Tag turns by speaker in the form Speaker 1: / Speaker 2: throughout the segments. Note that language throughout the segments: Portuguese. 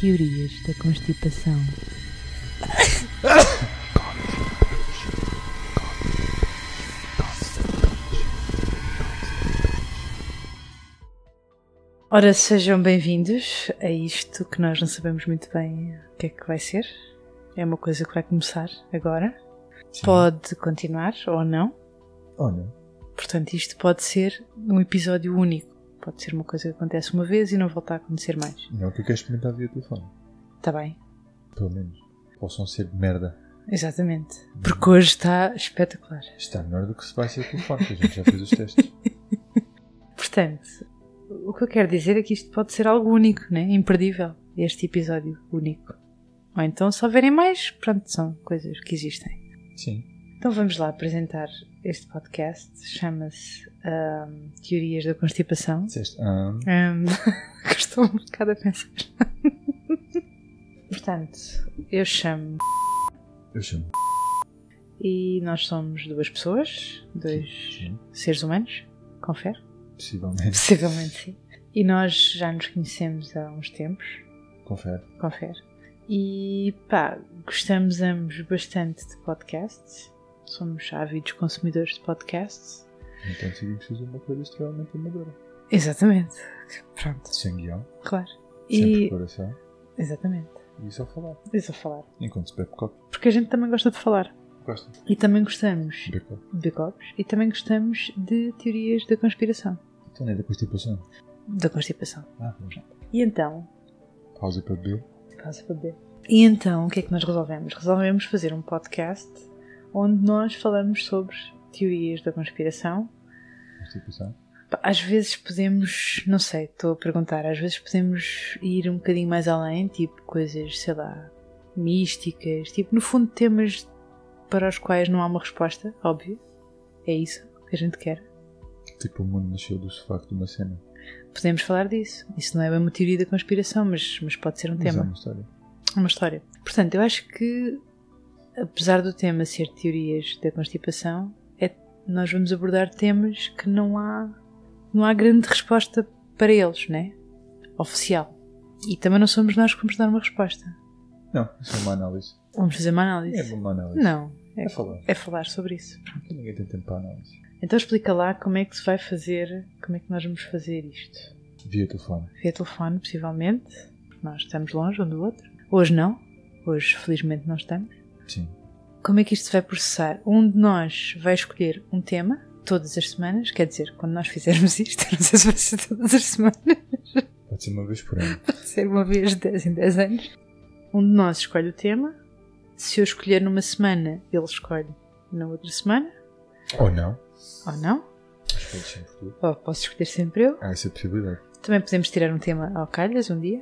Speaker 1: teorias da constipação.
Speaker 2: Ora, sejam bem-vindos a isto que nós não sabemos muito bem o que é que vai ser. É uma coisa que vai começar agora.
Speaker 3: Sim.
Speaker 2: Pode continuar ou não.
Speaker 3: Olha,
Speaker 2: Portanto, isto pode ser um episódio único. Pode ser uma coisa que acontece uma vez e não voltar a acontecer mais.
Speaker 3: não é o que eu quero experimentar via telefone.
Speaker 2: Está bem?
Speaker 3: Pelo menos. Possam ser de merda.
Speaker 2: Exatamente. Porque hoje está espetacular.
Speaker 3: Está melhor do que se vai ser telefone, que a gente já fez os testes.
Speaker 2: Portanto, o que eu quero dizer é que isto pode ser algo único, né? Imperdível. Este episódio único. Ou então, se houverem mais, pronto, são coisas que existem.
Speaker 3: Sim.
Speaker 2: Então vamos lá apresentar este podcast. Chama-se ahm, Teorias da Constipação.
Speaker 3: Disseste. Ah,
Speaker 2: Ahm, que estou um bocado a pensar. Portanto, eu chamo
Speaker 3: eu chamo.
Speaker 2: e nós somos duas pessoas, dois
Speaker 3: Sim.
Speaker 2: seres humanos, confere?
Speaker 3: Possivelmente.
Speaker 2: Possivelmente sim. E nós já nos conhecemos há uns tempos,
Speaker 3: Confere.
Speaker 2: confere. E pá, gostamos ambos bastante de podcasts. Somos ávidos consumidores de podcasts.
Speaker 3: Então decidimos fazer uma coisa extremamente amadora.
Speaker 2: Exatamente. Pronto,
Speaker 3: Sem guião,
Speaker 2: claro.
Speaker 3: sem
Speaker 2: E.
Speaker 3: preparação
Speaker 2: Exatamente.
Speaker 3: e só falar.
Speaker 2: Isso a falar.
Speaker 3: Enquanto se bebe copo.
Speaker 2: Porque a gente também gosta de falar.
Speaker 3: Gosto de
Speaker 2: E também gostamos
Speaker 3: beber copo.
Speaker 2: de copos. E também gostamos de teorias da conspiração.
Speaker 3: Então não é da constipação.
Speaker 2: Da constipação.
Speaker 3: Ah, vamos.
Speaker 2: E então.
Speaker 3: Pausa para beber.
Speaker 2: Pausa para beber. E então, o que é que nós resolvemos? Resolvemos fazer um podcast onde nós falamos sobre teorias da conspiração.
Speaker 3: Constipação.
Speaker 2: Pá, Às vezes podemos, não sei, estou a perguntar, às vezes podemos ir um bocadinho mais além, tipo coisas, sei lá, místicas, tipo, no fundo, temas para os quais não há uma resposta, óbvio. É isso que a gente quer.
Speaker 3: Tipo, o mundo nasceu do sofaco de uma cena.
Speaker 2: Podemos falar disso. Isso não é bem uma teoria da conspiração, mas, mas pode ser um
Speaker 3: Mas é
Speaker 2: tema.
Speaker 3: uma história.
Speaker 2: uma história. Portanto, eu acho que, apesar do tema ser teorias da constipação, é- nós vamos abordar temas que não há, não há grande resposta para eles, né? Oficial. E também não somos nós que vamos dar uma resposta.
Speaker 3: Não, isso é uma análise.
Speaker 2: Vamos fazer uma
Speaker 3: É
Speaker 2: análise.
Speaker 3: uma análise.
Speaker 2: Não, é,
Speaker 3: É falar.
Speaker 2: é falar sobre isso. Pronto.
Speaker 3: Ninguém tem tempo para análise.
Speaker 2: Então explica lá como é que se vai fazer, como é que nós vamos fazer isto.
Speaker 3: Via telefone.
Speaker 2: Via telefone, possivelmente. porque Nós estamos longe um do outro. Hoje não. Hoje, felizmente, não estamos.
Speaker 3: Sim.
Speaker 2: Como é que isto se vai processar? Um de nós vai escolher um tema todas as semanas, quer dizer, quando nós fizermos isto, não sei se vai ser todas as semanas,
Speaker 3: Pode ser uma vez por ano.
Speaker 2: pode ser uma vez de 10 em 10 anos. Um de nós escolhe o tema, se eu escolher numa semana, ele escolhe na outra semana,
Speaker 3: Ou não.
Speaker 2: ou não,
Speaker 3: Mas pode sempre tudo.
Speaker 2: ou posso escolher sempre eu.
Speaker 3: Há essa possibilidade.
Speaker 2: Também podemos tirar um tema ao calhas um dia.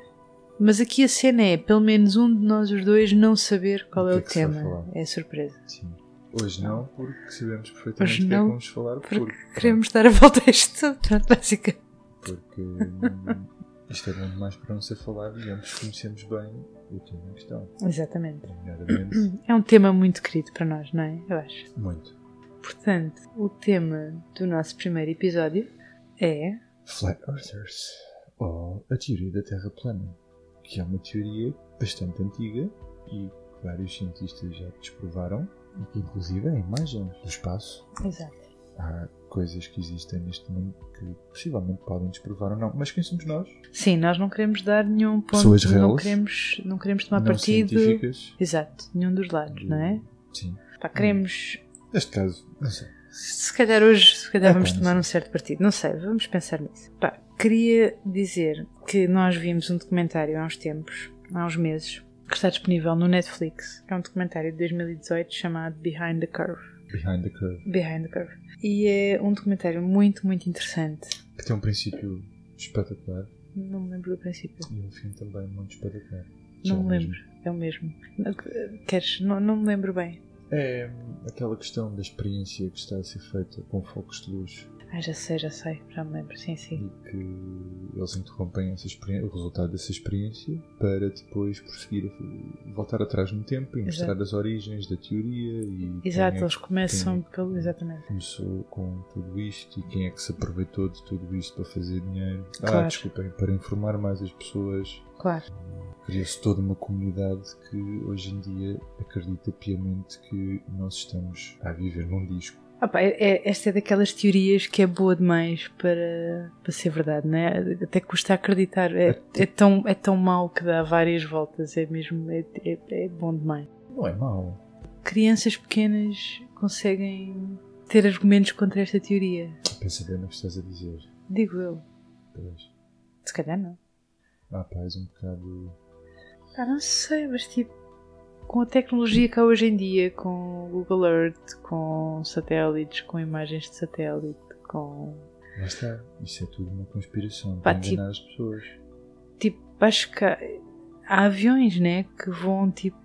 Speaker 2: Mas aqui a cena é, pelo menos um de nós os dois, não saber qual
Speaker 3: O
Speaker 2: é
Speaker 3: que
Speaker 2: o
Speaker 3: é que se vai
Speaker 2: tema.
Speaker 3: falar?
Speaker 2: É surpresa.
Speaker 3: Sim. Hoje não, porque sabemos perfeitamente
Speaker 2: Hoje
Speaker 3: o que é
Speaker 2: não,
Speaker 3: que vamos falar. é?
Speaker 2: porque
Speaker 3: Porque,
Speaker 2: Queremos dar a volta a isto tudo, pronto, basicamente.
Speaker 3: porque hum, isto é bom demais para não ser falar e ambos conhecemos bem o tema em questão.
Speaker 2: Exatamente.
Speaker 3: Nomeadamente,
Speaker 2: É um tema muito querido para nós, não é? Eu acho.
Speaker 3: muito.
Speaker 2: Portanto, o tema do nosso primeiro episódio é.
Speaker 3: Flat Earthers. Ou a teoria da Terra plana. Que é uma teoria bastante antiga e que vários cientistas já desprovaram. E que, inclusive, há imagens do espaço
Speaker 2: Exato.
Speaker 3: há coisas que existem neste mundo que possivelmente podem desprovar ou não. Mas quem somos nós?
Speaker 2: Sim, nós não queremos dar nenhum ponto.
Speaker 3: Pessoas
Speaker 2: não
Speaker 3: reais.
Speaker 2: queremos, não queremos tomar
Speaker 3: não
Speaker 2: partido.
Speaker 3: científicas. Hum.
Speaker 2: Exato, nenhum dos lados, não é?
Speaker 3: Sim.
Speaker 2: Pá, queremos.
Speaker 3: Neste caso, não sei.
Speaker 2: Se calhar hoje, se calhar
Speaker 3: É,
Speaker 2: vamos
Speaker 3: pá, não
Speaker 2: tomar
Speaker 3: sei.
Speaker 2: um certo partido. Não sei, vamos pensar nisso. Pá, queria dizer que nós vimos um documentário há uns tempos, há uns meses, que está disponível no Netflix. É um documentário de 2018 chamado Behind the Curve.
Speaker 3: Behind the Curve.
Speaker 2: Behind the Curve. E é um documentário muito, muito interessante.
Speaker 3: Que tem um princípio espetacular
Speaker 2: Não me lembro do princípio.
Speaker 3: e um fim também muito espetacular. Já
Speaker 2: Não me
Speaker 3: mesmo.
Speaker 2: lembro. É o mesmo. Não, Queres? Não, não me lembro bem.
Speaker 3: É hum, aquela questão da experiência que está a ser feita com focos de luz
Speaker 2: Ah, já sei, já sei. Já me lembro. Sim,
Speaker 3: e
Speaker 2: sim.
Speaker 3: que eles interrompem essa experi- o resultado dessa experiência para depois prosseguir, a- voltar atrás no tempo e mostrar as origens da teoria e
Speaker 2: Exato,
Speaker 3: quem é
Speaker 2: eles começam
Speaker 3: tem-
Speaker 2: pelo. Exatamente.
Speaker 3: começou com tudo isto e quem é que se aproveitou de tudo isto para fazer dinheiro. Ah,
Speaker 2: Claro.
Speaker 3: desculpem, para informar mais as pessoas,
Speaker 2: Claro.
Speaker 3: Criou-se toda uma comunidade que hoje em dia acredita piamente que nós estamos a viver num disco.
Speaker 2: Ah pá, é- é- esta é daquelas teorias que é boa demais para, para ser verdade, não é? Até custa acreditar. É, é tão, é tão mau que dá várias voltas, é mesmo. É, é, é bom demais.
Speaker 3: Não é mau.
Speaker 2: Crianças pequenas conseguem ter argumentos contra esta teoria.
Speaker 3: Pensa bem no que estás a dizer.
Speaker 2: Digo eu.
Speaker 3: Pois.
Speaker 2: Se calhar não.
Speaker 3: Há pais um bocado.
Speaker 2: Ah, não sei, mas tipo, com a tecnologia que há hoje em dia, com o Google Earth, com satélites, com imagens de satélite, com.
Speaker 3: Lá está. Isso é tudo uma conspiração
Speaker 2: Pá,
Speaker 3: para
Speaker 2: tipo-
Speaker 3: enganar as pessoas.
Speaker 2: Tipo, acho que há, há aviões, né? Que vão, tipo,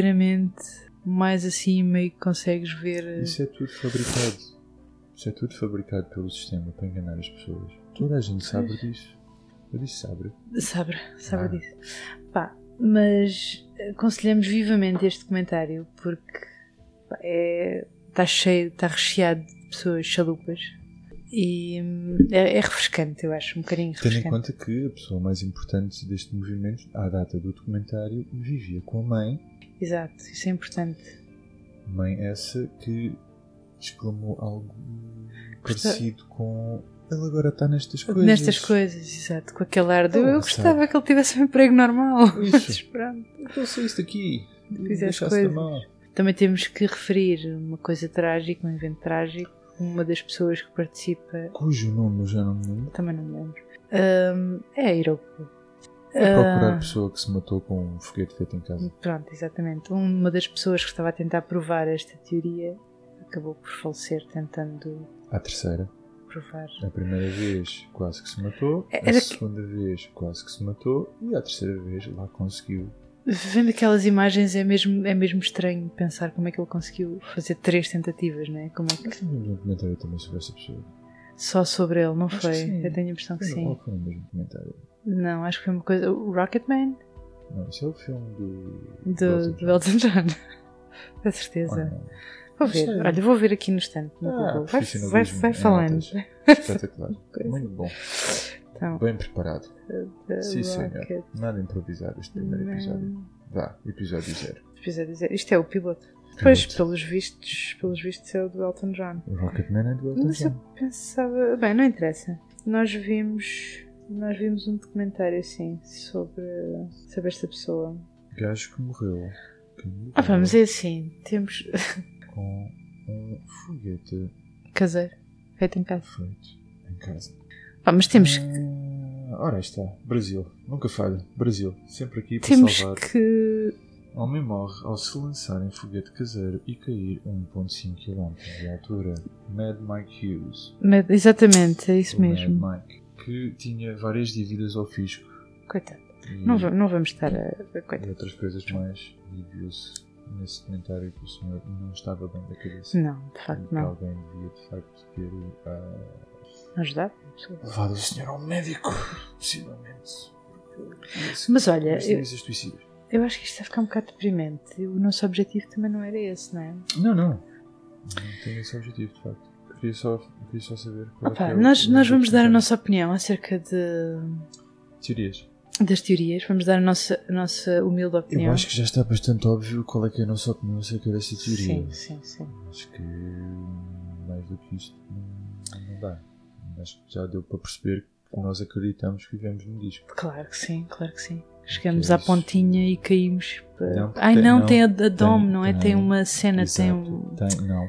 Speaker 2: ligeiramente mais assim, meio que consegues ver. eh,
Speaker 3: Isso é tudo fabricado. Isso é tudo fabricado pelo sistema para enganar as pessoas. Toda a gente sabe disso. Eu disse sabe.
Speaker 2: Sabe,
Speaker 3: Ah.
Speaker 2: sabe disso. Pá, mas aconselhamos vivamente este documentário porque pá, é, está cheio, está recheado de pessoas chalupas e hum, é, é refrescante, eu acho, um bocadinho
Speaker 3: Tendo em
Speaker 2: refrescante.
Speaker 3: conta que a pessoa mais importante deste movimento, à data do documentário, vivia com a mãe.
Speaker 2: Exato, isso é importante.
Speaker 3: Mãe essa que exclamou algo
Speaker 2: Gosta-
Speaker 3: parecido com ele agora está nestas coisas.
Speaker 2: Nestas coisas, exato, com aquele ar de
Speaker 3: Oh,
Speaker 2: eu
Speaker 3: sabe.
Speaker 2: gostava que ele tivesse um emprego normal.
Speaker 3: Isso.
Speaker 2: Mas pronto.
Speaker 3: Então saíste daqui.
Speaker 2: Fiz as
Speaker 3: Deixaste da
Speaker 2: coisas.
Speaker 3: mão.
Speaker 2: Também temos que referir uma coisa trágica, um evento trágico. Uma das pessoas que participa,
Speaker 3: Cujo nome eu já não me lembro.
Speaker 2: também não me lembro, hum, é a Iroquois.
Speaker 3: É procurar
Speaker 2: Ah.
Speaker 3: a pessoa que se matou com um foguete feito em casa.
Speaker 2: Pronto, exatamente. Um, Uma das pessoas que estava a tentar provar esta teoria acabou por falecer tentando
Speaker 3: A terceira.
Speaker 2: provar.
Speaker 3: A primeira vez quase que se matou,
Speaker 2: É-
Speaker 3: a
Speaker 2: era que-
Speaker 3: segunda vez quase que se matou e a terceira vez lá conseguiu.
Speaker 2: Vendo aquelas imagens é mesmo, é mesmo estranho pensar como é que ele conseguiu fazer três tentativas, não é? Como é
Speaker 3: Nós
Speaker 2: que...
Speaker 3: não vimos um documentário também sobre essa pessoa.
Speaker 2: Só sobre ele, não
Speaker 3: Acho que
Speaker 2: foi?
Speaker 3: sim.
Speaker 2: Eu tenho a impressão que
Speaker 3: Foi no-
Speaker 2: sim.
Speaker 3: Ou foi no mesmo documentário?
Speaker 2: Não, acho que foi uma coisa. O Rocketman?
Speaker 3: Não, isso é o filme do.
Speaker 2: Do, do Elton John. Com certeza. Vou
Speaker 3: Não
Speaker 2: ver.
Speaker 3: sei.
Speaker 2: Olha, vou ver aqui no instante no
Speaker 3: Ah,
Speaker 2: Google. Vai, vai,
Speaker 3: profissionalismo
Speaker 2: vai
Speaker 3: em
Speaker 2: falando.
Speaker 3: notas. Espetacular.
Speaker 2: Coisa.
Speaker 3: Muito bom.
Speaker 2: Então,
Speaker 3: Bem preparado.
Speaker 2: The
Speaker 3: Sim, senhor.
Speaker 2: Rocket
Speaker 3: Nada improvisado este primeiro episódio. Vá, episódio zero.
Speaker 2: Pois é, dizer, isto é o piloto. Pois,
Speaker 3: Piloto.
Speaker 2: pelos vistos, pelos vistos é o do Elton John.
Speaker 3: O Rocketman é do Elton
Speaker 2: Mas eu
Speaker 3: John.
Speaker 2: pensava. Bem, não interessa. Nós vimos. Nós vimos um documentário assim sobre, sobre esta pessoa.
Speaker 3: Gajo que morreu. Que morreu
Speaker 2: Ah, vamos, é assim. Temos.
Speaker 3: com um foguete
Speaker 2: Caseiro. Feito em casa.
Speaker 3: feito em casa.
Speaker 2: Pá, mas temos,
Speaker 3: Ah, ora aí está, Brasil, nunca falha. Brasil, sempre aqui para
Speaker 2: temos
Speaker 3: salvar.
Speaker 2: que.
Speaker 3: Homem morre ao se lançar em foguete caseiro e cair 1,5 km de altura. Mad Mike Hughes,
Speaker 2: mas- Exatamente, é isso
Speaker 3: o
Speaker 2: mesmo.
Speaker 3: Mad Mike, que tinha várias dívidas ao fisco
Speaker 2: Coitado.
Speaker 3: e,
Speaker 2: Não, va- não vamos estar a. a-
Speaker 3: e
Speaker 2: Coitado.
Speaker 3: outras coisas mais, e viu-se nesse comentário que o senhor não estava bem da cabeça.
Speaker 2: Não, de
Speaker 3: E
Speaker 2: facto,
Speaker 3: que
Speaker 2: não.
Speaker 3: alguém devia de facto ter ah,
Speaker 2: Ajudar?
Speaker 3: levado o senhor ao médico, possivelmente. Porque-
Speaker 2: Mas olha,
Speaker 3: Mas
Speaker 2: eu-
Speaker 3: não existe suicídio.
Speaker 2: Eu acho que isto vai ficar um bocado deprimente. O nosso objetivo também não era esse, não é?
Speaker 3: Não, não. Não tenho esse objetivo, de facto. Queria só, queria só saber qual é
Speaker 2: Opa,
Speaker 3: que é o-
Speaker 2: nós,
Speaker 3: o
Speaker 2: nós vamos dar a
Speaker 3: objetivo. um.
Speaker 2: nossa opinião acerca de,
Speaker 3: Teorias.
Speaker 2: das teorias, vamos dar a nossa, a nossa humilde
Speaker 3: Eu
Speaker 2: opinião.
Speaker 3: acho que já está bastante óbvio qual é que é a nossa opinião acerca desta teoria.
Speaker 2: Sim, sim, sim.
Speaker 3: Acho que mais do que isto não, não dá. Acho que já deu para perceber que nós acreditamos que vivemos num disco.
Speaker 2: Claro que sim, claro que sim. Chegamos
Speaker 3: Que é
Speaker 2: à
Speaker 3: isso.
Speaker 2: pontinha e caímos. para-
Speaker 3: Não, porque
Speaker 2: Ai
Speaker 3: tem-
Speaker 2: não,
Speaker 3: não,
Speaker 2: tem a, a Dom, não é?
Speaker 3: tem-
Speaker 2: Tem uma cena, tem
Speaker 3: Exato.
Speaker 2: um.
Speaker 3: Tem- não.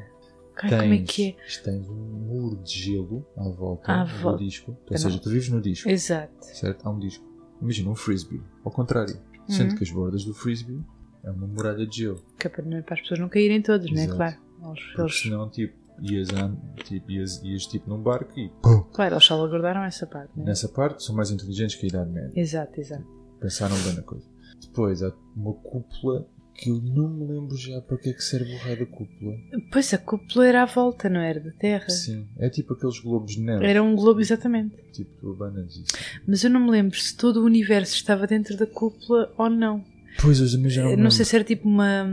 Speaker 2: Cara, como é que é?
Speaker 3: Tens tens um muro de gelo à volta
Speaker 2: À
Speaker 3: do
Speaker 2: volta.
Speaker 3: disco. Ou
Speaker 2: Não.
Speaker 3: seja, tu vives no disco.
Speaker 2: é? Exato.
Speaker 3: certo? Há um disco. Imagina um frisbee, ao contrário. Sendo
Speaker 2: Uhum.
Speaker 3: que as bordas do frisbee é uma muralha de gelo.
Speaker 2: Que é para, não é para as pessoas não caírem todas, não é?
Speaker 3: Exato.
Speaker 2: Claro. Eles,
Speaker 3: Porque
Speaker 2: eles,
Speaker 3: senão, tipo, ias, a- tipo, ias, ias tipo num barco e
Speaker 2: claro, eles só aguardaram essa parte, não é?
Speaker 3: nessa parte são mais inteligentes que a Idade Média.
Speaker 2: Exato, exato.
Speaker 3: Pensaram bem na coisa. Depois há uma cúpula que eu não me lembro já para que é que serve o raio da cúpula.
Speaker 2: Pois a cúpula era à volta, não era? Da Terra.
Speaker 3: Sim, é tipo aqueles globos de neve,
Speaker 2: Era um globo, exatamente.
Speaker 3: tipo de urbanas. e Isso.
Speaker 2: Mas eu não me lembro se todo o universo estava dentro da cúpula ou não.
Speaker 3: Pois, eu também já
Speaker 2: Eu
Speaker 3: não,
Speaker 2: Não,
Speaker 3: me
Speaker 2: sei se era tipo uma,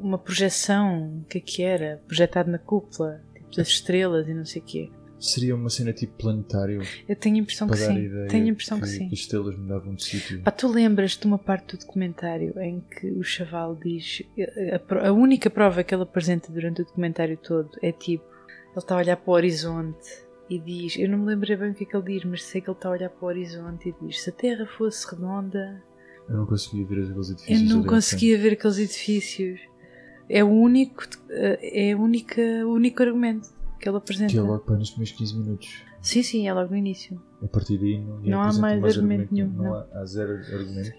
Speaker 2: uma projeção, o que é que era? Projetado na cúpula, tipo das estrelas e não sei o quê.
Speaker 3: Seria uma cena tipo planetário
Speaker 2: Eu tenho a impressão
Speaker 3: para
Speaker 2: Então que
Speaker 3: dar a
Speaker 2: sim.
Speaker 3: ideia
Speaker 2: Tenho a impressão que,
Speaker 3: que
Speaker 2: sim.
Speaker 3: as estrelas mudavam de sítio.
Speaker 2: Pá, tu lembras de uma parte do documentário em que o chaval diz. eh, A, pro- a única prova que ele apresenta durante o documentário todo é tipo. Ele está a olhar para o horizonte e diz. Eu não me lembrei bem o que é que ele diz, mas sei que ele está a olhar para o horizonte e diz: Se a Terra fosse redonda,
Speaker 3: Eu não conseguia ver aqueles
Speaker 2: eu
Speaker 3: edifícios.
Speaker 2: não
Speaker 3: ali à frente.
Speaker 2: conseguia ver aqueles edifícios. É o único. É a única, o único argumento que ele apresenta.
Speaker 3: Que é logo para nos primeiros 15 minutos.
Speaker 2: Sim, sim, é logo no início.
Speaker 3: A partir daí não,
Speaker 2: Não há
Speaker 3: apresentam
Speaker 2: mais argumento nenhum,
Speaker 3: Não,
Speaker 2: não.
Speaker 3: Há, há zero argumento.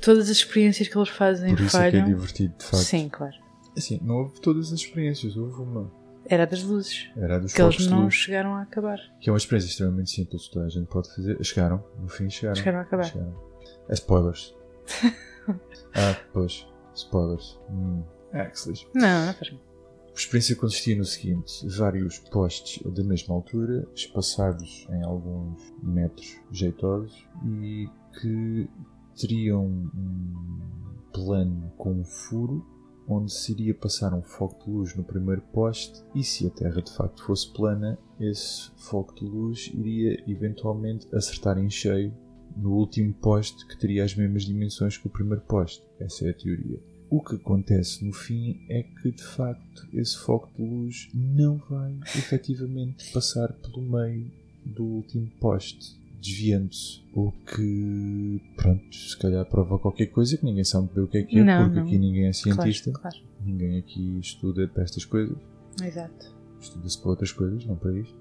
Speaker 2: Todas as experiências que eles fazem
Speaker 3: Por isso é que é
Speaker 2: falham.
Speaker 3: divertido, de facto.
Speaker 2: sim, claro.
Speaker 3: Assim, não houve todas as experiências, houve uma.
Speaker 2: Era das luzes.
Speaker 3: Era a dos
Speaker 2: que eles
Speaker 3: focos de
Speaker 2: não
Speaker 3: luz,
Speaker 2: chegaram a acabar.
Speaker 3: que é uma experiência extremamente simples, toda a gente pode fazer. Chegaram, no fim chegaram.
Speaker 2: Chegaram a acabar.
Speaker 3: Chegaram. É spoilers. ah, pois. Spoilers. Hum. Axles.
Speaker 2: Não, não faz mal.
Speaker 3: A experiência consistia no seguinte: vários postes da mesma altura, espaçados em alguns metros jeitosos e que teriam um plano com um furo onde se iria passar um foco de luz no primeiro poste e se a Terra de facto fosse plana, esse foco de luz iria eventualmente acertar em cheio no último poste que teria as mesmas dimensões que o primeiro poste. Essa é a teoria. O que acontece no fim é que de facto esse foco de luz não vai efetivamente passar pelo meio do último poste, desviando-se. O que, pronto, se calhar prova qualquer coisa que ninguém sabe bem o que é que é,
Speaker 2: Não,
Speaker 3: porque
Speaker 2: não.
Speaker 3: aqui ninguém é cientista,
Speaker 2: Claro,
Speaker 3: ninguém aqui estuda para estas coisas,
Speaker 2: claro. Exato.
Speaker 3: estuda-se para outras coisas, não para isto.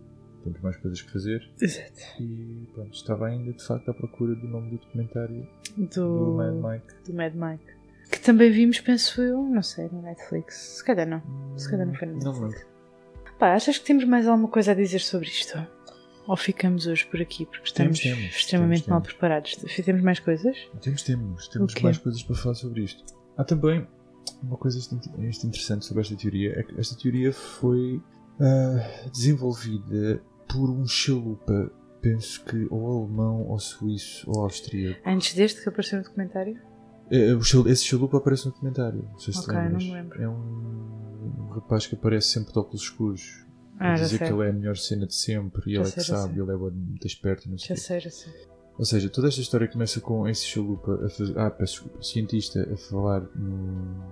Speaker 3: Temos mais coisas que fazer.
Speaker 2: Exato.
Speaker 3: E pronto, estava ainda de facto à procura do nome do documentário do
Speaker 2: Do,
Speaker 3: Mad Mike.
Speaker 2: do Mad Mike. Que também vimos, penso eu, não sei, no Netflix. Se calhar não. Se calhar não foi no
Speaker 3: Não me
Speaker 2: Netflix. Pá, achas que temos mais alguma coisa a dizer sobre isto? Ou ficamos hoje por aqui porque estamos
Speaker 3: Temos, temos,
Speaker 2: extremamente
Speaker 3: temos,
Speaker 2: mal
Speaker 3: temos.
Speaker 2: preparados? Temos mais coisas?
Speaker 3: Temos, temos, temos
Speaker 2: O quê?
Speaker 3: mais coisas para falar sobre isto. Há também uma coisa este- este interessante sobre esta teoria: é que esta teoria foi ah, desenvolvida por um chalupa, penso que ou alemão, ou suíço, ou austríaco.
Speaker 2: Antes deste que apareceu no documentário?
Speaker 3: É, o chal- Esse chalupa aparece no comentário, não sei se te
Speaker 2: Ok,
Speaker 3: lembras.
Speaker 2: não me lembro.
Speaker 3: É um, um rapaz que aparece sempre de óculos escuros. a
Speaker 2: Ah, já
Speaker 3: dizer
Speaker 2: sei.
Speaker 3: que ele é a melhor cena de sempre, e
Speaker 2: Já
Speaker 3: ele é
Speaker 2: sei,
Speaker 3: que
Speaker 2: já
Speaker 3: sabe,
Speaker 2: sei.
Speaker 3: ele é bué de- muito esperto, não sei
Speaker 2: Já
Speaker 3: o quê.
Speaker 2: sei, já sei.
Speaker 3: Ou seja, toda esta história começa com esse chalupa, a fazer, ah, peço desculpa, cientista a falar no,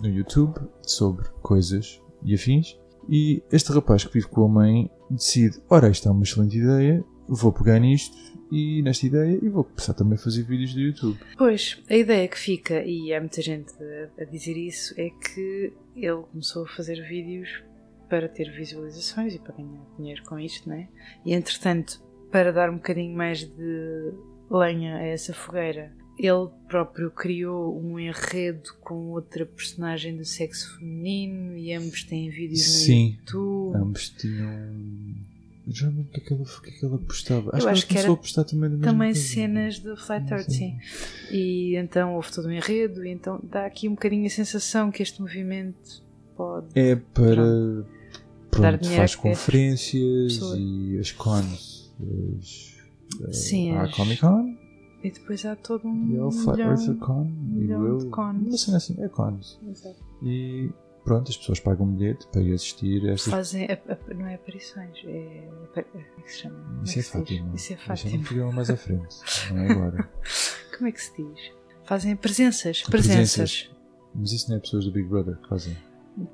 Speaker 3: no YouTube sobre coisas e afins. E este rapaz que vive com a mãe decide: ora, isto é uma excelente ideia, vou pegar nisto e nesta ideia e vou começar também a fazer vídeos do YouTube.
Speaker 2: Pois, a ideia que fica, e há muita gente a, a dizer isso, é que ele começou a fazer vídeos para ter visualizações e para ganhar dinheiro com isto, não é? E entretanto, para dar um bocadinho mais de lenha a essa fogueira, ele próprio criou um enredo com outra personagem do sexo feminino e ambos têm vídeos no
Speaker 3: Sim.
Speaker 2: YouTube.
Speaker 3: Ambos tinham. Já não lembro o que é que ela, o que é que ela postava. Acho,
Speaker 2: acho
Speaker 3: que
Speaker 2: que
Speaker 3: ela
Speaker 2: era
Speaker 3: começou a postar também da mesma
Speaker 2: Também
Speaker 3: coisa.
Speaker 2: cenas do Flat Earth, sim. E então houve todo um enredo, e então dá aqui um bocadinho a sensação que este movimento pode.
Speaker 3: É para.
Speaker 2: Dar
Speaker 3: Pronto,
Speaker 2: dinheiro
Speaker 3: faz
Speaker 2: a qualquer
Speaker 3: conferências
Speaker 2: pessoa.
Speaker 3: e as cons. As, eh,
Speaker 2: Sim,
Speaker 3: há a
Speaker 2: as-
Speaker 3: Comic Con
Speaker 2: E depois há todo um.
Speaker 3: e há o Flat
Speaker 2: milhão-
Speaker 3: Earth Con. E
Speaker 2: milhão de
Speaker 3: eu.
Speaker 2: cons.
Speaker 3: Uma cena assim, é cons.
Speaker 2: Exato.
Speaker 3: E pronto, as pessoas pagam um bilhete para ir assistir a estas.
Speaker 2: Fazem. ap- ap- não é aparições, é. apa- Como é que se chama? Como
Speaker 3: Isso
Speaker 2: que se
Speaker 3: é
Speaker 2: diz?
Speaker 3: Fátima.
Speaker 2: Isso é
Speaker 3: é um
Speaker 2: Fátima.
Speaker 3: programa mais à frente. Não é agora.
Speaker 2: Como é que se diz? Fazem presenças. Presenças.
Speaker 3: Mas isso não é pessoas do Big Brother que fazem.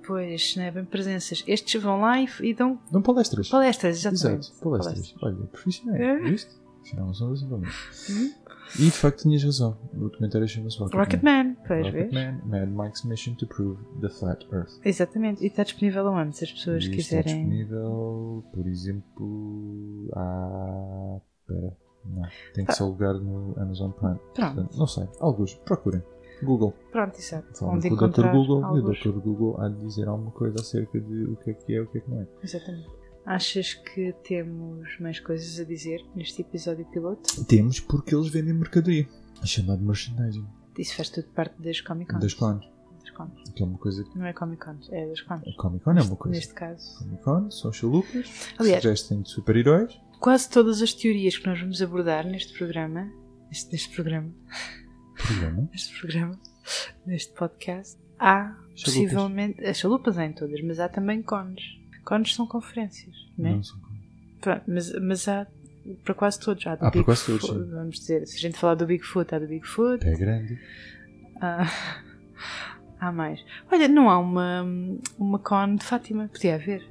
Speaker 2: Pois, não é bem presenças. Estes vão lá e, e dão
Speaker 3: Não palestras.
Speaker 2: palestras, exatamente.
Speaker 3: Exato, palestras. Olha, profissional.
Speaker 2: É.
Speaker 3: Viste? Afinal, são dois igualmente.
Speaker 2: Uhum.
Speaker 3: E de facto tinhas razão. O documentário chama-se Rocketman.
Speaker 2: Rocketman, pois vês?
Speaker 3: Rocketman, Mad Mike's Mission to Prove the Flat Earth.
Speaker 2: Exatamente, e está disponível aonde? Se as pessoas
Speaker 3: E está
Speaker 2: quiserem.
Speaker 3: disponível, por exemplo, a... Espera, não. Tem
Speaker 2: Tá.
Speaker 3: que ser alugado no Amazon Prime.
Speaker 2: Pronto,
Speaker 3: Portanto, não sei. Alguns. Procurem. Google.
Speaker 2: pronto, exato.
Speaker 3: Falam
Speaker 2: Onde
Speaker 3: com o Dr.
Speaker 2: encontrar
Speaker 3: Google
Speaker 2: alguns.
Speaker 3: e o Dr. Google há de dizer alguma coisa acerca de o que é que é e o que é que não é.
Speaker 2: Exatamente. Achas que temos mais coisas a dizer neste episódio piloto?
Speaker 3: Temos porque eles vendem mercadoria. É chamado merchandising.
Speaker 2: Isso faz tudo parte das Comic Cons.
Speaker 3: Das clones.
Speaker 2: Das cons.
Speaker 3: Que é uma coisa que
Speaker 2: Não é Comic Cons, é das Cons.
Speaker 3: A Comic Con é uma coisa.
Speaker 2: Neste caso.
Speaker 3: Comic Con são chalupas,
Speaker 2: Aliás-
Speaker 3: se vestem de super-heróis.
Speaker 2: Quase todas as teorias que nós vamos abordar neste programa, neste, neste programa,
Speaker 3: Problema.
Speaker 2: neste programa, neste podcast, há possivelmente. As chalupas há em todas, mas há também cons. Cons são conferências, não é?
Speaker 3: Não são con-
Speaker 2: Pronto, mas, mas há para quase todos. Há do
Speaker 3: Há Ah, para quase
Speaker 2: Bigfoot,
Speaker 3: todos, sim. É.
Speaker 2: vamos dizer. Se a gente falar do Bigfoot, há do Bigfoot.
Speaker 3: Pé grande.
Speaker 2: Há, há mais. Olha, não há uma, uma con de Fátima. Podia haver.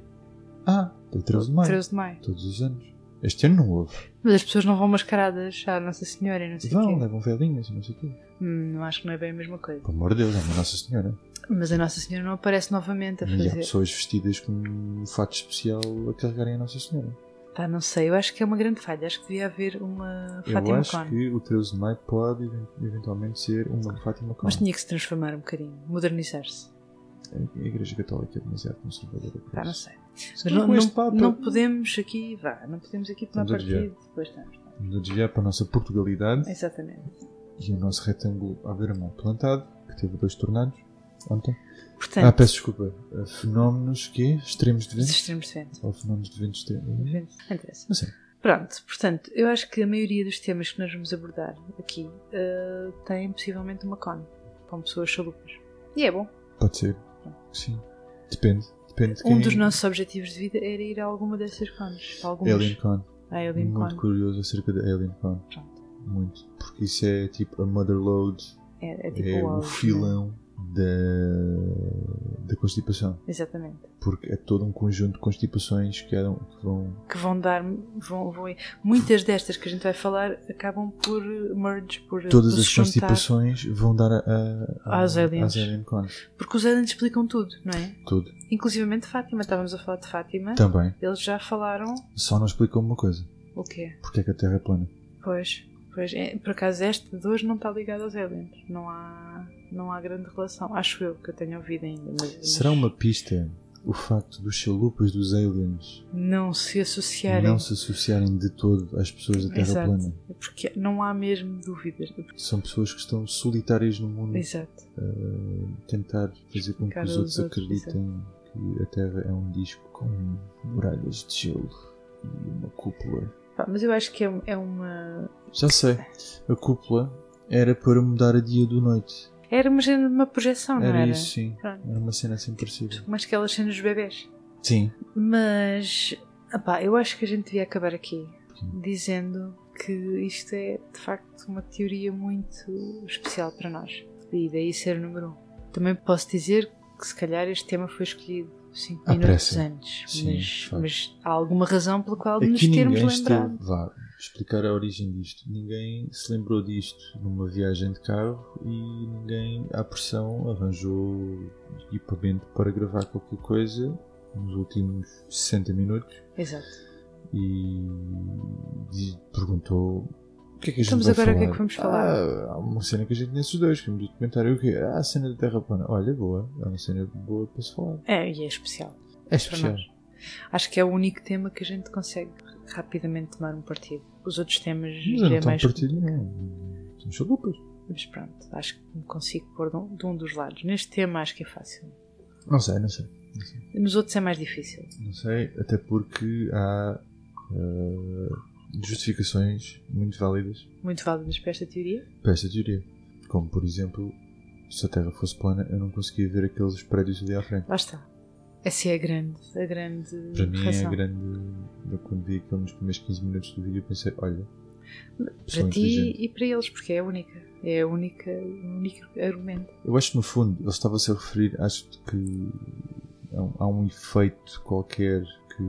Speaker 3: Ah, dia 13 de maio.
Speaker 2: 13 de maio.
Speaker 3: Todos os anos. Este ano não houve.
Speaker 2: Mas as pessoas não vão mascaradas à Nossa Senhora e não sei o
Speaker 3: Vão, né?
Speaker 2: quê.
Speaker 3: levam velinhas e não sei o quê.
Speaker 2: Hum, não acho que não é bem a mesma coisa.
Speaker 3: Pelo amor de Deus, é uma Nossa Senhora.
Speaker 2: Mas a Nossa Senhora não aparece novamente Tá a
Speaker 3: E há
Speaker 2: fazer.
Speaker 3: pessoas vestidas com um fato especial a carregarem a Nossa Senhora.
Speaker 2: Pá, não sei, eu acho que é uma grande falha. Acho que devia haver uma
Speaker 3: Eu
Speaker 2: Fátima
Speaker 3: acho
Speaker 2: Con.
Speaker 3: que o 13 de maio pode even- eventualmente ser uma Fátima Con.
Speaker 2: Mas tinha que se transformar um bocadinho, modernizar-se.
Speaker 3: A Igreja Católica é demasiado conservadora. para
Speaker 2: Pá, não
Speaker 3: isso.
Speaker 2: sei. Mas Então
Speaker 3: Mas
Speaker 2: não,
Speaker 3: Então, com este
Speaker 2: não-
Speaker 3: Papa-
Speaker 2: não podemos aqui, vá, não podemos aqui tomar
Speaker 3: Estamos a desviar.
Speaker 2: partido. Depois estamos. pá.
Speaker 3: Vamos a desviar para a nossa Portugalidade
Speaker 2: Exatamente.
Speaker 3: e o nosso retângulo à vermão plantado, que teve dois tornados ontem.
Speaker 2: Portanto,
Speaker 3: ah, peço desculpa. Uh, Fenómenos que Extremos de
Speaker 2: os
Speaker 3: vento?
Speaker 2: extremos de vento.
Speaker 3: Ou fenómenos de vento extremo?
Speaker 2: Não interessa.
Speaker 3: Não sei.
Speaker 2: Pronto, portanto, eu acho que a maioria dos temas que nós vamos abordar aqui eh, tem possivelmente uma con com pessoas chalupas. E é bom.
Speaker 3: Pode ser. Sim. Depende. Depende de quem.
Speaker 2: Um dos nossos objetivos de vida era ir a alguma dessas cons. a Algumas.
Speaker 3: é Alien Con.
Speaker 2: A Alien
Speaker 3: Muito
Speaker 2: Con.
Speaker 3: curioso acerca da Alien Con.
Speaker 2: Pronto.
Speaker 3: Muito. Porque isso é tipo a Motherload.
Speaker 2: É, é tipo
Speaker 3: É
Speaker 2: auge,
Speaker 3: o
Speaker 2: né?
Speaker 3: filão da, da constipação.
Speaker 2: Exatamente.
Speaker 3: Porque é todo um conjunto de constipações que, eram, que vão.
Speaker 2: que vão dar vão, vão- muitas destas que a gente vai falar acabam por eh, merge por eh,
Speaker 3: Todas
Speaker 2: por
Speaker 3: as
Speaker 2: se juntar,
Speaker 3: constipações vão dar a, a, a-
Speaker 2: Aos aliens.
Speaker 3: às Alien Cons.
Speaker 2: porque os aliens explicam tudo não é
Speaker 3: Tudo.
Speaker 2: inclusive Fátima estávamos a falar de Fátima
Speaker 3: Também.
Speaker 2: eles já falaram
Speaker 3: Só não explicam uma coisa.
Speaker 2: o quê
Speaker 3: Porque é que a Terra é plana?
Speaker 2: pois pois é, por acaso este de hoje não está ligado aos aliens não há não há grande relação acho eu que eu tenho ouvido ainda mas, mas
Speaker 3: Será uma pista o facto dos chalupas dos aliens
Speaker 2: não se associarem
Speaker 3: não se associarem de todo às pessoas da Terra
Speaker 2: Exato.
Speaker 3: plana?
Speaker 2: porque não há mesmo dúvidas
Speaker 3: São pessoas que estão solitárias no mundo.
Speaker 2: exato
Speaker 3: a tentar fazer com que
Speaker 2: Explicar
Speaker 3: os outros
Speaker 2: aos outros,
Speaker 3: acreditem que a Terra é um disco com muralhas de gelo e uma cúpula.
Speaker 2: Pá, mas eu acho que é, é uma
Speaker 3: Já sei, a cúpula era para mudar a dia do noite.
Speaker 2: era uma, género de uma projeção Ah, não
Speaker 3: era,
Speaker 2: era
Speaker 3: isso, sim.
Speaker 2: Pronto.
Speaker 3: Era uma cena assim parecida.
Speaker 2: mais que elas cenas dos bebés.
Speaker 3: Sim,
Speaker 2: Mas, apá, eu acho que a gente devia acabar aqui dizendo que isto é de facto uma teoria muito especial para nós e daí ser o número um. Também posso dizer que se calhar este tema foi escolhido 5
Speaker 3: À
Speaker 2: minutos
Speaker 3: pressa.
Speaker 2: antes,
Speaker 3: Sim, de
Speaker 2: mas,
Speaker 3: facto.
Speaker 2: mas há alguma razão pela qual nos
Speaker 3: aqui
Speaker 2: termos
Speaker 3: ninguém
Speaker 2: lembrado.
Speaker 3: esteve. Vá explicar a origem disto. Ninguém se lembrou disto numa viagem de carro e ninguém, à pressão, arranjou equipamento para gravar qualquer coisa nos últimos 60 minutos.
Speaker 2: Exato.
Speaker 3: e diz- perguntou o que é que a gente
Speaker 2: Estamos
Speaker 3: vai
Speaker 2: agora, o que
Speaker 3: falar?
Speaker 2: é que vamos falar?
Speaker 3: Ah, há uma cena que a gente conhece os dois, que no documentário é o quê? Ah, a cena da Terra Plana. Olha, boa, é uma cena boa para se falar.
Speaker 2: É, e é especial
Speaker 3: É
Speaker 2: para
Speaker 3: especial.
Speaker 2: nós. Acho que é o único tema que a gente consegue rapidamente tomar um partido. Os outros temas
Speaker 3: Mas
Speaker 2: já
Speaker 3: eu
Speaker 2: é
Speaker 3: não tenho
Speaker 2: mais
Speaker 3: partido nenhum. Somos chalupas.
Speaker 2: Mas pronto, acho que me consigo pôr de um, de um dos lados. Neste tema acho que é fácil.
Speaker 3: Não sei, não sei.
Speaker 2: Nos outros é mais difícil.
Speaker 3: Não sei, até porque há ah, justificações muito válidas
Speaker 2: Muito válidas para esta teoria.
Speaker 3: para esta teoria. Como, por exemplo, se a Terra fosse plana, eu não conseguia ver aqueles prédios ali à frente.
Speaker 2: Lá está. Essa é a grande, a grande
Speaker 3: Para mim é
Speaker 2: razão.
Speaker 3: a grande. Eu quando vi aquilo nos primeiros 15 minutos do vídeo pensei, olha.
Speaker 2: Para
Speaker 3: pessoa
Speaker 2: ti
Speaker 3: inteligente.
Speaker 2: e para eles, porque é a única. É a única, o único argumento.
Speaker 3: Eu acho que no fundo ele estava-se a referir, acho que há um, há um efeito qualquer que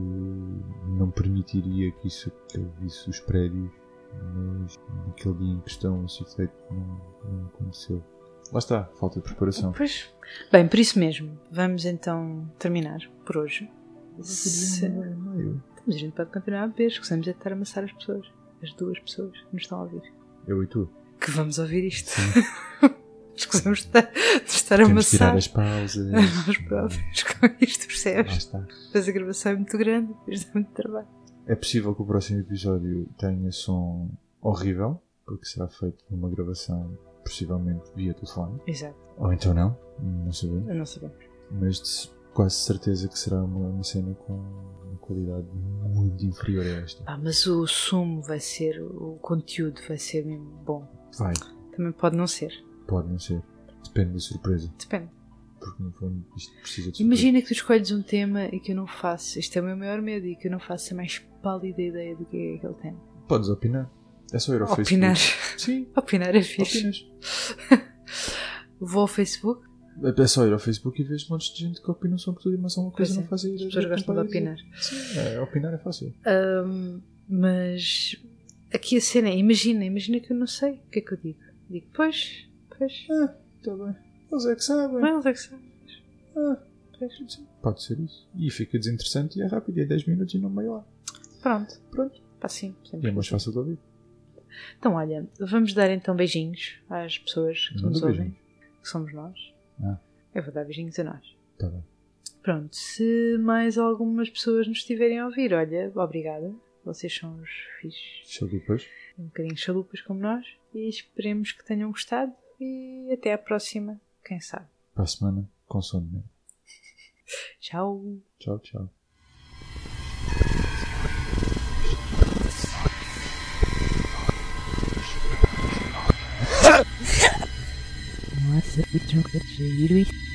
Speaker 3: não permitiria que isso que eu visse os prédios, mas naquele dia em questão esse efeito não, não aconteceu. Lá está, falta de preparação.
Speaker 2: Pois. Bem, por isso mesmo, vamos então terminar por hoje. Se-
Speaker 3: É, Eu,
Speaker 2: Mas a gente pode continuar a beber, escusamos é de estar a amassar as pessoas. As duas pessoas que nos estão a ouvir.
Speaker 3: eu e tu.
Speaker 2: Que vamos ouvir isto.
Speaker 3: Sim,
Speaker 2: Escusamos de estar, de estar a
Speaker 3: temos que
Speaker 2: amassar.
Speaker 3: tirar as pausas.
Speaker 2: a nós próprios com isto,
Speaker 3: Lá
Speaker 2: percebes?
Speaker 3: está.
Speaker 2: Mas a gravação é muito grande, depois dá muito trabalho.
Speaker 3: É possível que o próximo episódio tenha som horrível, porque será feito numa gravação possivelmente via telefone.
Speaker 2: Exato,
Speaker 3: Ou então não, não sabemos.
Speaker 2: eu não sabemos.
Speaker 3: Mas de quase certeza que será uma, uma cena com uma qualidade muito inferior a esta.
Speaker 2: Ah, mas o sumo vai ser, o conteúdo vai ser mesmo bom.
Speaker 3: Vai,
Speaker 2: Também pode não ser,
Speaker 3: pode não ser. Depende da surpresa.
Speaker 2: depende.
Speaker 3: Porque não vou, isto precisa de
Speaker 2: Imagina que tu escolhes um tema e que eu não faço. Este é o meu maior medo e que eu não faço a mais pálida ideia do que é aquele tema.
Speaker 3: Podes opinar. É só ir ao
Speaker 2: Opinar.
Speaker 3: Facebook. Sim,
Speaker 2: Opinar é fixe.
Speaker 3: opinas.
Speaker 2: Vou ao Facebook.
Speaker 3: É só ir ao Facebook e vês montes de gente que opinam sobre tudo e mais alguma coisa
Speaker 2: Pois é.
Speaker 3: não fazem
Speaker 2: As pessoas gostam de opinar.
Speaker 3: Sim, é, opinar é fácil.
Speaker 2: Ahm, mas aqui a cena é, imagina, imagina que eu não sei o que é que eu digo. Digo, pois, pois,
Speaker 3: Está bem. Eles é que sabem.
Speaker 2: mas é que sabe.
Speaker 3: Ah, sim, Pode ser isso. E fica desinteressante e é rápido. É 10 minutos e não meio hora.
Speaker 2: Pronto, tá
Speaker 3: Pronto.
Speaker 2: está sim.
Speaker 3: E é mais fácil de ouvir.
Speaker 2: assim. Então, olha, vamos dar então beijinhos às pessoas que
Speaker 3: Manda
Speaker 2: nos ouvem,
Speaker 3: beijinhos.
Speaker 2: que somos nós.
Speaker 3: Ah.
Speaker 2: Eu vou dar beijinhos a nós.
Speaker 3: Tá bem.
Speaker 2: Pronto, se mais algumas pessoas nos estiverem a ouvir, olha, obrigada. Vocês são os fixos,
Speaker 3: Show depois.
Speaker 2: um bocadinho chalupas como nós. E esperemos que tenham gostado. E até à próxima, quem sabe.
Speaker 3: Para a semana, né? consome.
Speaker 2: Tchau!
Speaker 3: Tchau, tchau.
Speaker 1: Nossa, que tronco de giro e